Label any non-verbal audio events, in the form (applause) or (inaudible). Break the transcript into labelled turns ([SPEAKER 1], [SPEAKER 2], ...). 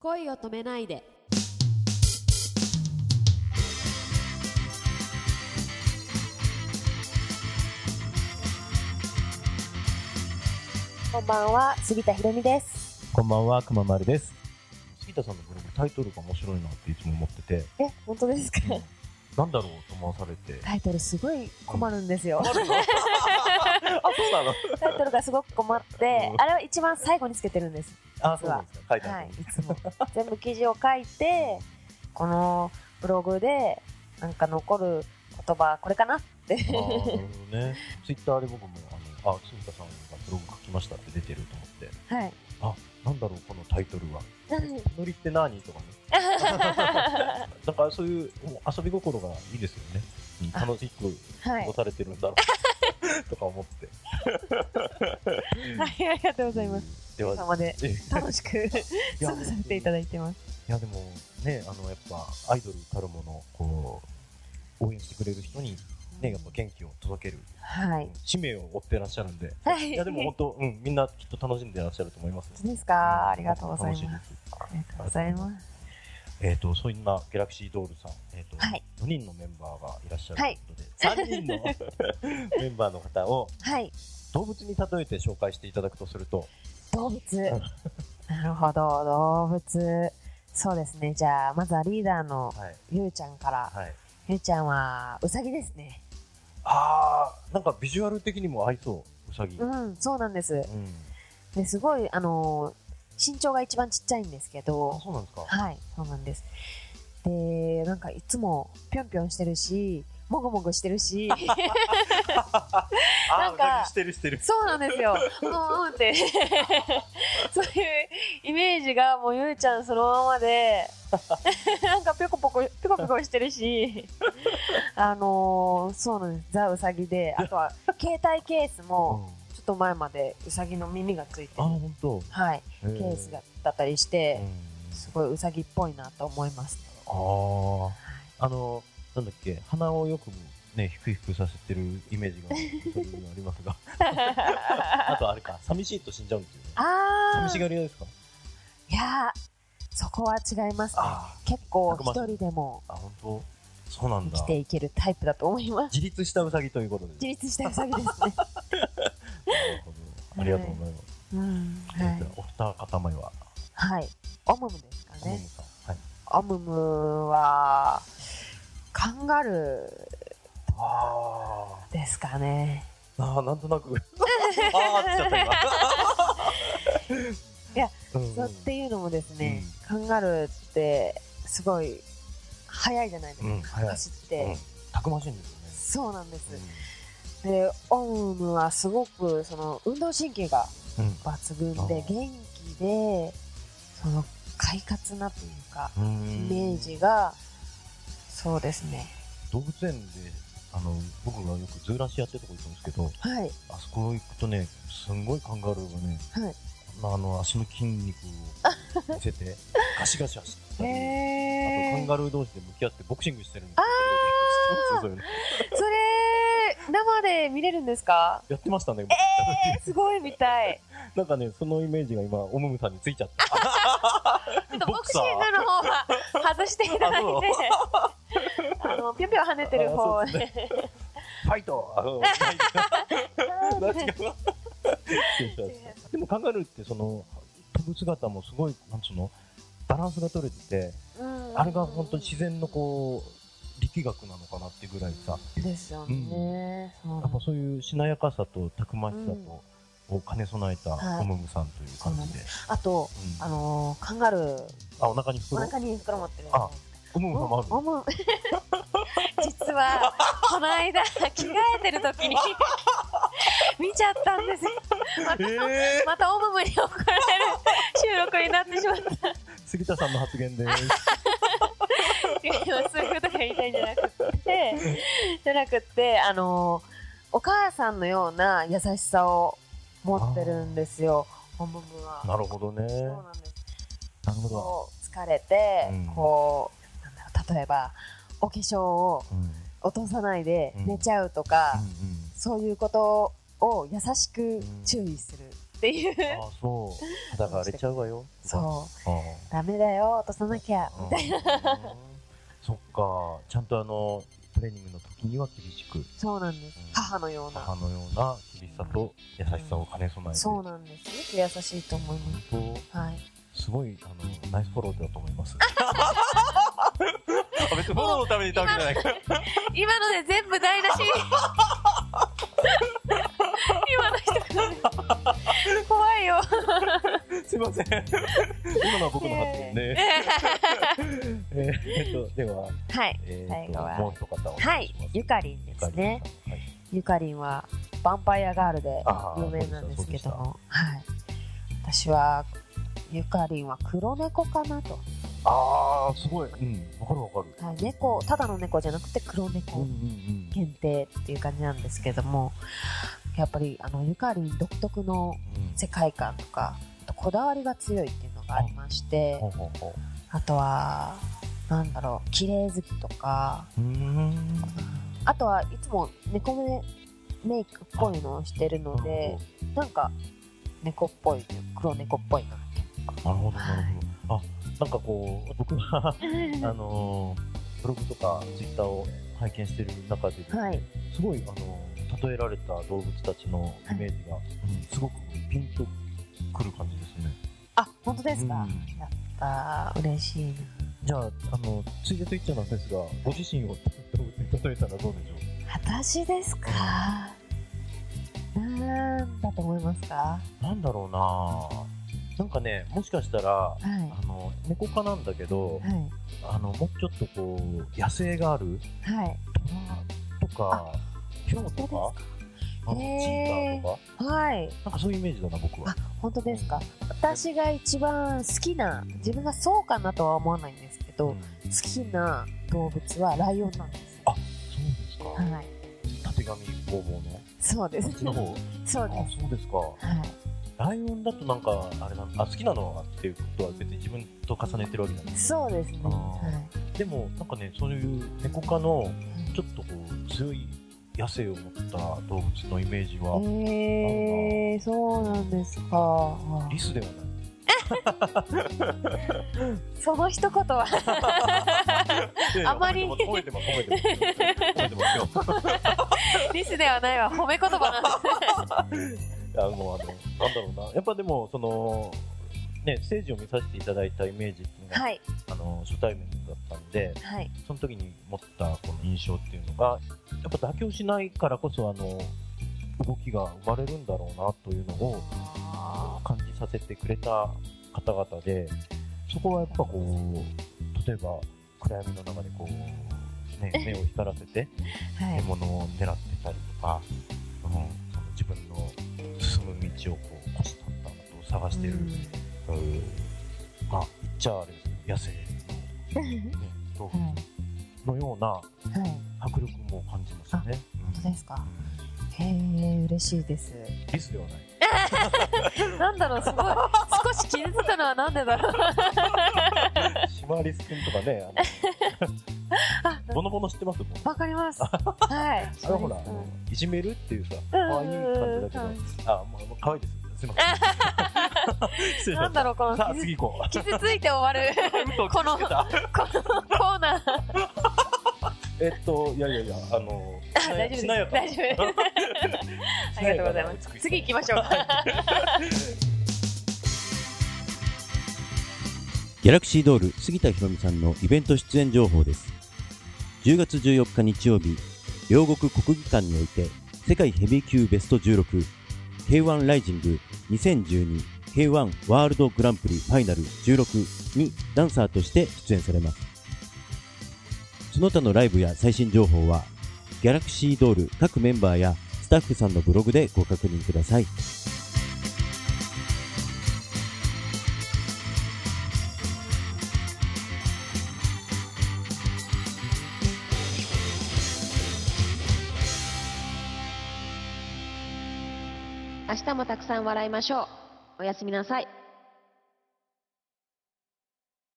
[SPEAKER 1] 恋を止めないで
[SPEAKER 2] こんばんは、杉田ひろみです。
[SPEAKER 3] こんばんは、くままるです。杉田さんのブログタイトルが面白いなっていつも思ってて、
[SPEAKER 2] え、本当ですか。
[SPEAKER 3] なんだろうと思わされて。
[SPEAKER 2] タイトルすごい困るんですよ
[SPEAKER 3] あ。そうなの
[SPEAKER 2] タイトルがすごく困って
[SPEAKER 3] う、ん
[SPEAKER 2] あれは一番最後につけてるんです。
[SPEAKER 3] あ、そうなんですか。書いてあ
[SPEAKER 2] はい、
[SPEAKER 3] る
[SPEAKER 2] い。つも。全部記事を書いて、このブログで、なんか残る言葉、これかなって。
[SPEAKER 3] あーなるほどね。ツイッターで僕も、あの、あ、杉田さんがブログ書きましたって出てると思っ
[SPEAKER 2] (laughs)
[SPEAKER 3] て、
[SPEAKER 2] はい。
[SPEAKER 3] あ、なんだろう、このタイトルは。ノリって何とかね。なんかそういうもう遊び心がいいですよね。うん
[SPEAKER 2] あ
[SPEAKER 3] 楽しく
[SPEAKER 2] はい
[SPEAKER 3] 持。たれてるんだろう。 (laughs) とか思って。
[SPEAKER 2] はい、ありがとうございます。
[SPEAKER 3] す。で
[SPEAKER 2] おかげさ
[SPEAKER 3] は、
[SPEAKER 2] まで
[SPEAKER 3] え
[SPEAKER 2] 楽しく過
[SPEAKER 3] いや
[SPEAKER 2] ごさせていただいてます。
[SPEAKER 3] いやでもね、あのやっぱアイドルたるものこう応援してくれる人にね、やっぱ元気を届ける、
[SPEAKER 2] はい。
[SPEAKER 3] 使命を負ってらっしゃるんで、
[SPEAKER 2] はい
[SPEAKER 3] やでも本当、うん、みんなきっと楽しんでらっしゃると思いますよ
[SPEAKER 2] 本。当ですかありがとうございます
[SPEAKER 3] 楽しです。
[SPEAKER 2] ありがとうございます。
[SPEAKER 3] えっ、とそんなギャラクシードールさん、えっ、と、
[SPEAKER 2] はい
[SPEAKER 3] 4人のメンバーがいらっしゃる
[SPEAKER 2] はい
[SPEAKER 3] という (laughs) ことで、3人のメンバーの方を
[SPEAKER 2] はい。
[SPEAKER 3] 動物に例えて紹介していただくとすると、
[SPEAKER 2] 動物。 (laughs) なるほど、動物。そうですね。じゃあ、まずはリーダーの
[SPEAKER 3] はい
[SPEAKER 2] ゆうちゃんから。
[SPEAKER 3] はい、
[SPEAKER 2] ゆうちゃんは、うさぎですね。
[SPEAKER 3] ああなんかビジュアル的にも合いそううさぎ。
[SPEAKER 2] うん、そうなんです。
[SPEAKER 3] うん
[SPEAKER 2] ですごい、あのー身長が一番ちっちゃいんですけ
[SPEAKER 3] あ
[SPEAKER 2] ど、
[SPEAKER 3] そうなんですか。
[SPEAKER 2] はい、そうなんです。で、なんかいつもぴょんぴょんしてるし、もぐもぐしてるし、
[SPEAKER 3] あ
[SPEAKER 2] なんか
[SPEAKER 3] うさぎしてるしてる。
[SPEAKER 2] そうなんですよ。うんうんって。 (laughs) そういうイメージが、もうゆうちゃんそのままで、 (laughs) なんかぴょこぽこ、ぴょこぴょこしてるし、あのー、そうなんです。ザ・ウサギで、あとは、携帯ケースも、
[SPEAKER 3] うん
[SPEAKER 2] ちょっと前までウサギの耳がついて
[SPEAKER 3] あ、
[SPEAKER 2] る、
[SPEAKER 3] 本当。
[SPEAKER 2] はい、
[SPEAKER 3] ケ
[SPEAKER 2] ケースだったりして、
[SPEAKER 3] あ
[SPEAKER 2] すごいウサギっぽいなと思い
[SPEAKER 3] (laughs)
[SPEAKER 2] ますね。
[SPEAKER 3] あー、あの、なんだっけ、鼻をよくね、ひくひくさせてるイメージが、そういうのありま
[SPEAKER 2] (laughs)
[SPEAKER 3] すが。あとあれか、寂しいと死んじゃうんですよね。
[SPEAKER 2] あ
[SPEAKER 3] 寂し
[SPEAKER 2] ー
[SPEAKER 3] がり屋ですか。
[SPEAKER 2] いやーそこは違いますね。
[SPEAKER 3] あ
[SPEAKER 2] 結構一人でも
[SPEAKER 3] あ、あ、本当。そうなん
[SPEAKER 2] 生き
[SPEAKER 3] だ
[SPEAKER 2] て。いけるタイプだと思います。
[SPEAKER 3] (laughs) 自立したウサギということで。
[SPEAKER 2] 自立したウサギです
[SPEAKER 3] (laughs)
[SPEAKER 2] ね。
[SPEAKER 3] なるほどありがとうございます。
[SPEAKER 2] うん、
[SPEAKER 3] え
[SPEAKER 2] はい
[SPEAKER 3] ー。とお二方前は、
[SPEAKER 2] はい。オムムですか
[SPEAKER 3] おも
[SPEAKER 2] ね
[SPEAKER 3] も。さん。はい。
[SPEAKER 2] オムムは、カンガル
[SPEAKER 3] あ
[SPEAKER 2] ーですかね。
[SPEAKER 3] ーあー、なんと
[SPEAKER 2] (laughs)
[SPEAKER 3] なく。ああ、って言っちゃった今。
[SPEAKER 2] いや、
[SPEAKER 3] うん
[SPEAKER 2] そうっていうのもですね、カンガルーって、すごい、速いじゃないです
[SPEAKER 3] うん、
[SPEAKER 2] か。
[SPEAKER 3] 早い。
[SPEAKER 2] 走っ
[SPEAKER 3] う
[SPEAKER 2] て
[SPEAKER 3] ん。たくましいんですよね。
[SPEAKER 2] そうなんです。で、オムムはすごく、その、運動神経が
[SPEAKER 3] うん
[SPEAKER 2] 抜群
[SPEAKER 3] あ
[SPEAKER 2] で、
[SPEAKER 3] ー
[SPEAKER 2] 元気で、その、快活なというか、
[SPEAKER 3] う
[SPEAKER 2] イ
[SPEAKER 3] ん
[SPEAKER 2] メージが、そうですね。
[SPEAKER 3] 動物園であの僕がよくズーラシアってとこ行くんですけど
[SPEAKER 2] はい。
[SPEAKER 3] あそこ行くとねすんごいカンガルーがね、
[SPEAKER 2] はい
[SPEAKER 3] こんなあの足の筋肉を見せてガシガシ走ったり、あとカ
[SPEAKER 2] へ
[SPEAKER 3] ン
[SPEAKER 2] ー
[SPEAKER 3] ガルー同士で向き合ってボクシングしてるんですよ知ってますそういうの
[SPEAKER 2] それ生で見れるんですか
[SPEAKER 3] やってましたね、
[SPEAKER 2] えーすごい見たい
[SPEAKER 3] なんかねそのイメージが今オムムさんについちゃった
[SPEAKER 2] ちょっとボ
[SPEAKER 3] ボ
[SPEAKER 2] ク
[SPEAKER 3] ク
[SPEAKER 2] シ
[SPEAKER 3] サ
[SPEAKER 2] ン
[SPEAKER 3] ー
[SPEAKER 2] グの方は外していただいてあのぴょんぴょん跳ねてる方
[SPEAKER 3] あそう
[SPEAKER 2] ね
[SPEAKER 3] ファイトあの (laughs) なんていうかな (laughs) でもカンガルーってその飛ぶ姿もすごいなんつうのバランスが取れてて
[SPEAKER 2] うん
[SPEAKER 3] あれが本当に自然のこう力学なのかなってぐらいさ
[SPEAKER 2] ですよね、そう
[SPEAKER 3] やっぱそういうしなやかさとたくましさとを兼ね備え
[SPEAKER 2] はい
[SPEAKER 3] たオムムさんという感じで、
[SPEAKER 2] あと
[SPEAKER 3] うん
[SPEAKER 2] あのーカンガルー
[SPEAKER 3] あお腹に
[SPEAKER 2] お
[SPEAKER 3] 袋
[SPEAKER 2] 腹に袋持ってる
[SPEAKER 3] あオムムさんもある
[SPEAKER 2] おおむ (laughs) 実はこの間着替えてる時
[SPEAKER 3] (laughs)
[SPEAKER 2] に見ちゃったんですよまた
[SPEAKER 3] え
[SPEAKER 2] またオムムに怒られる収録になってしまった
[SPEAKER 3] ー、杉田さんの発言です
[SPEAKER 2] (laughs) いやそういうことが言いたいんじゃなくって、じゃなくって、あの、お母さんのような優しさを持ってるんですよ、ホムムは。
[SPEAKER 3] なるほどね
[SPEAKER 2] そうなんです。
[SPEAKER 3] なるほど、
[SPEAKER 2] こう疲れて、
[SPEAKER 3] うん
[SPEAKER 2] こう、なんだろう、例えば、お化粧を
[SPEAKER 3] うんうんうん、
[SPEAKER 2] 落とさないで
[SPEAKER 3] うん
[SPEAKER 2] 寝ちゃうとか、そういうことを優しく注意するっていう
[SPEAKER 3] あそう肌が荒れちゃうわよ
[SPEAKER 2] そう
[SPEAKER 3] あ
[SPEAKER 2] うダメだよ落とさなきゃ
[SPEAKER 3] あうんそっかちゃんとあのトレーニングの時には厳しく
[SPEAKER 2] そうなんです母のような
[SPEAKER 3] 母のような厳しさと優しさを兼ね備えて
[SPEAKER 2] そうなんですね優しいと思います
[SPEAKER 3] 本
[SPEAKER 2] はい
[SPEAKER 3] 当すごいあのナイスフォローだと思いますあ別にフォローのためにいたわけじゃないから
[SPEAKER 2] (laughs) 今ので全部台 (laughs) 無し今の人から怖いよ
[SPEAKER 3] すいません今のは僕の発言で、えーっとでは
[SPEAKER 2] (laughs) はい
[SPEAKER 3] え
[SPEAKER 2] 最
[SPEAKER 3] ー
[SPEAKER 2] 後は
[SPEAKER 3] ともう一方お
[SPEAKER 2] は
[SPEAKER 3] 願い
[SPEAKER 2] い
[SPEAKER 3] します
[SPEAKER 2] ゆかりんで
[SPEAKER 3] ゆ
[SPEAKER 2] す
[SPEAKER 3] かりんさん
[SPEAKER 2] ね
[SPEAKER 3] はい
[SPEAKER 2] ゆかりんはヴァンパイアガールで
[SPEAKER 3] あー
[SPEAKER 2] 有名なんですけども、はい、私はゆかりんは黒猫かなと、
[SPEAKER 3] ああすごいうんわかるわかる
[SPEAKER 2] はい、猫ただの猫じゃなくて黒
[SPEAKER 3] うんう
[SPEAKER 2] 猫
[SPEAKER 3] んうん
[SPEAKER 2] 限定っていう感じなんですけどもやっぱりあのゆかりん独特の
[SPEAKER 3] うん
[SPEAKER 2] 世界観とかあとこだわりが強いっていうのがありまして
[SPEAKER 3] ほうほうほ
[SPEAKER 2] あとはなんだろう綺麗好きとか
[SPEAKER 3] ううーん
[SPEAKER 2] あとはいつも猫目メイクっぽいのをしてるのでなんか猫っぽい黒猫っぽいな
[SPEAKER 3] なるほどなるほどあなんかこう僕はあのーブログとかツイッターを拝見してる中で、
[SPEAKER 2] はい
[SPEAKER 3] すごいあの例えられた動物たちのイメージが、うんすごくピンとくる感じですね。
[SPEAKER 2] (laughs) あ本当ですか、
[SPEAKER 3] うん
[SPEAKER 2] やった嬉しいな
[SPEAKER 3] じゃああのついでと言っちゃなんですがご自身を動物に例えたらどうでしょう
[SPEAKER 2] 私ですかなんだと思いますか
[SPEAKER 3] なんだろうななんかねもしかしたら
[SPEAKER 2] はい
[SPEAKER 3] あの猫科なんだけど、
[SPEAKER 2] はい
[SPEAKER 3] あのもうちょっとこう野生がある
[SPEAKER 2] はい
[SPEAKER 3] 虎とかヒョウとかあのチ
[SPEAKER 2] へー
[SPEAKER 3] ーターとか
[SPEAKER 2] はい
[SPEAKER 3] なんかそういうイメージだな僕は
[SPEAKER 2] あ。本当ですか私が一番好きな自分がそうかなとは思わないんですけど、
[SPEAKER 3] うん
[SPEAKER 2] 好きな動物はライオンなんです
[SPEAKER 3] あそうですか。
[SPEAKER 2] はい
[SPEAKER 3] たてがみ工房の。
[SPEAKER 2] そうです
[SPEAKER 3] こっちの方。
[SPEAKER 2] そう
[SPEAKER 3] あ
[SPEAKER 2] で、
[SPEAKER 3] そうですか。
[SPEAKER 2] すはい
[SPEAKER 3] ライオンだとなんか、あれなんあ、好きなのはっていうことは別に自分と重ねてるわけなんです。
[SPEAKER 2] そうですね。
[SPEAKER 3] あー
[SPEAKER 2] は
[SPEAKER 3] でも、なんかね、そういう猫科の
[SPEAKER 2] い。
[SPEAKER 3] ちょっとこう強い野生を持った動物のイメージは、
[SPEAKER 2] えー、そうなんですか。
[SPEAKER 3] リス
[SPEAKER 2] (laughs)
[SPEAKER 3] ではない。
[SPEAKER 2] その一言はあまり
[SPEAKER 3] 褒めてます、褒めてます。褒めてますよ。
[SPEAKER 2] リスではないわ褒め言葉なんです。
[SPEAKER 3] あの、あの、なんだろうな。やっぱでも、その、ね、ステージを見させていただいたイメージっていうのが、
[SPEAKER 2] はい
[SPEAKER 3] あの、初対面だったんで、
[SPEAKER 2] はい
[SPEAKER 3] その時に持ったこの印象っていうのが、やっぱ妥協しないからこそ、あの、動きが生まれるんだろうなというのを感じさせてくれた方々で、そこはやっぱこう、例えば暗闇の中でこう、ね、目を光らせて
[SPEAKER 2] は
[SPEAKER 3] 獲
[SPEAKER 2] い。
[SPEAKER 3] 物を狙ってたりとか、うん、その自分の進む道をこう、コスタンタンと探してる、うんまあ、言っちゃあれですね、野生の、ね、動
[SPEAKER 2] うんは
[SPEAKER 3] 物のよう
[SPEAKER 2] い
[SPEAKER 3] な、
[SPEAKER 2] はい。
[SPEAKER 3] 迫力も感じますね。
[SPEAKER 2] 本当ですか。へえ嬉しいです。
[SPEAKER 3] リスではない。
[SPEAKER 2] なんだろうすごい少し傷つくのはなんでだろう。
[SPEAKER 3] シマリス君とかね、
[SPEAKER 2] (laughs)
[SPEAKER 3] あのボノボノ知ってます。
[SPEAKER 2] わかります。はい。
[SPEAKER 3] あれほら、あのいじめるっていうさ、可愛い感じだ
[SPEAKER 2] うん
[SPEAKER 3] けど、あ、もうもう可愛いです。すみません。
[SPEAKER 2] (laughs)
[SPEAKER 3] (laughs) 失礼し
[SPEAKER 2] な
[SPEAKER 3] ま
[SPEAKER 2] ん
[SPEAKER 3] し
[SPEAKER 2] だろうこ
[SPEAKER 3] た。さあ
[SPEAKER 2] の
[SPEAKER 3] 次行こう。
[SPEAKER 2] 傷傷ついて終わる
[SPEAKER 3] 嘘
[SPEAKER 2] (laughs)
[SPEAKER 3] を
[SPEAKER 2] この
[SPEAKER 3] つけた
[SPEAKER 2] このコーナー。
[SPEAKER 3] えっといやいやいやあの
[SPEAKER 2] 大丈夫です。
[SPEAKER 3] しなやか
[SPEAKER 2] 大丈
[SPEAKER 3] (laughs)
[SPEAKER 2] 夫。ありがとうございます。次行きましょうか。
[SPEAKER 1] ギャラクシードール杉田博美さんのイベント出演情報です。10月14日日曜日、両国国技館において、世界ヘビー級ベスト16、K1 ライジング 2012K1 ワールドグランプリファイナル16にダンサーとして出演されます。その他のライブや最新情報は、ギャラクシードール各メンバーやスタッフさんのブログでご確認ください。
[SPEAKER 4] 明日もたくさん笑いましょう。おやすみなさい。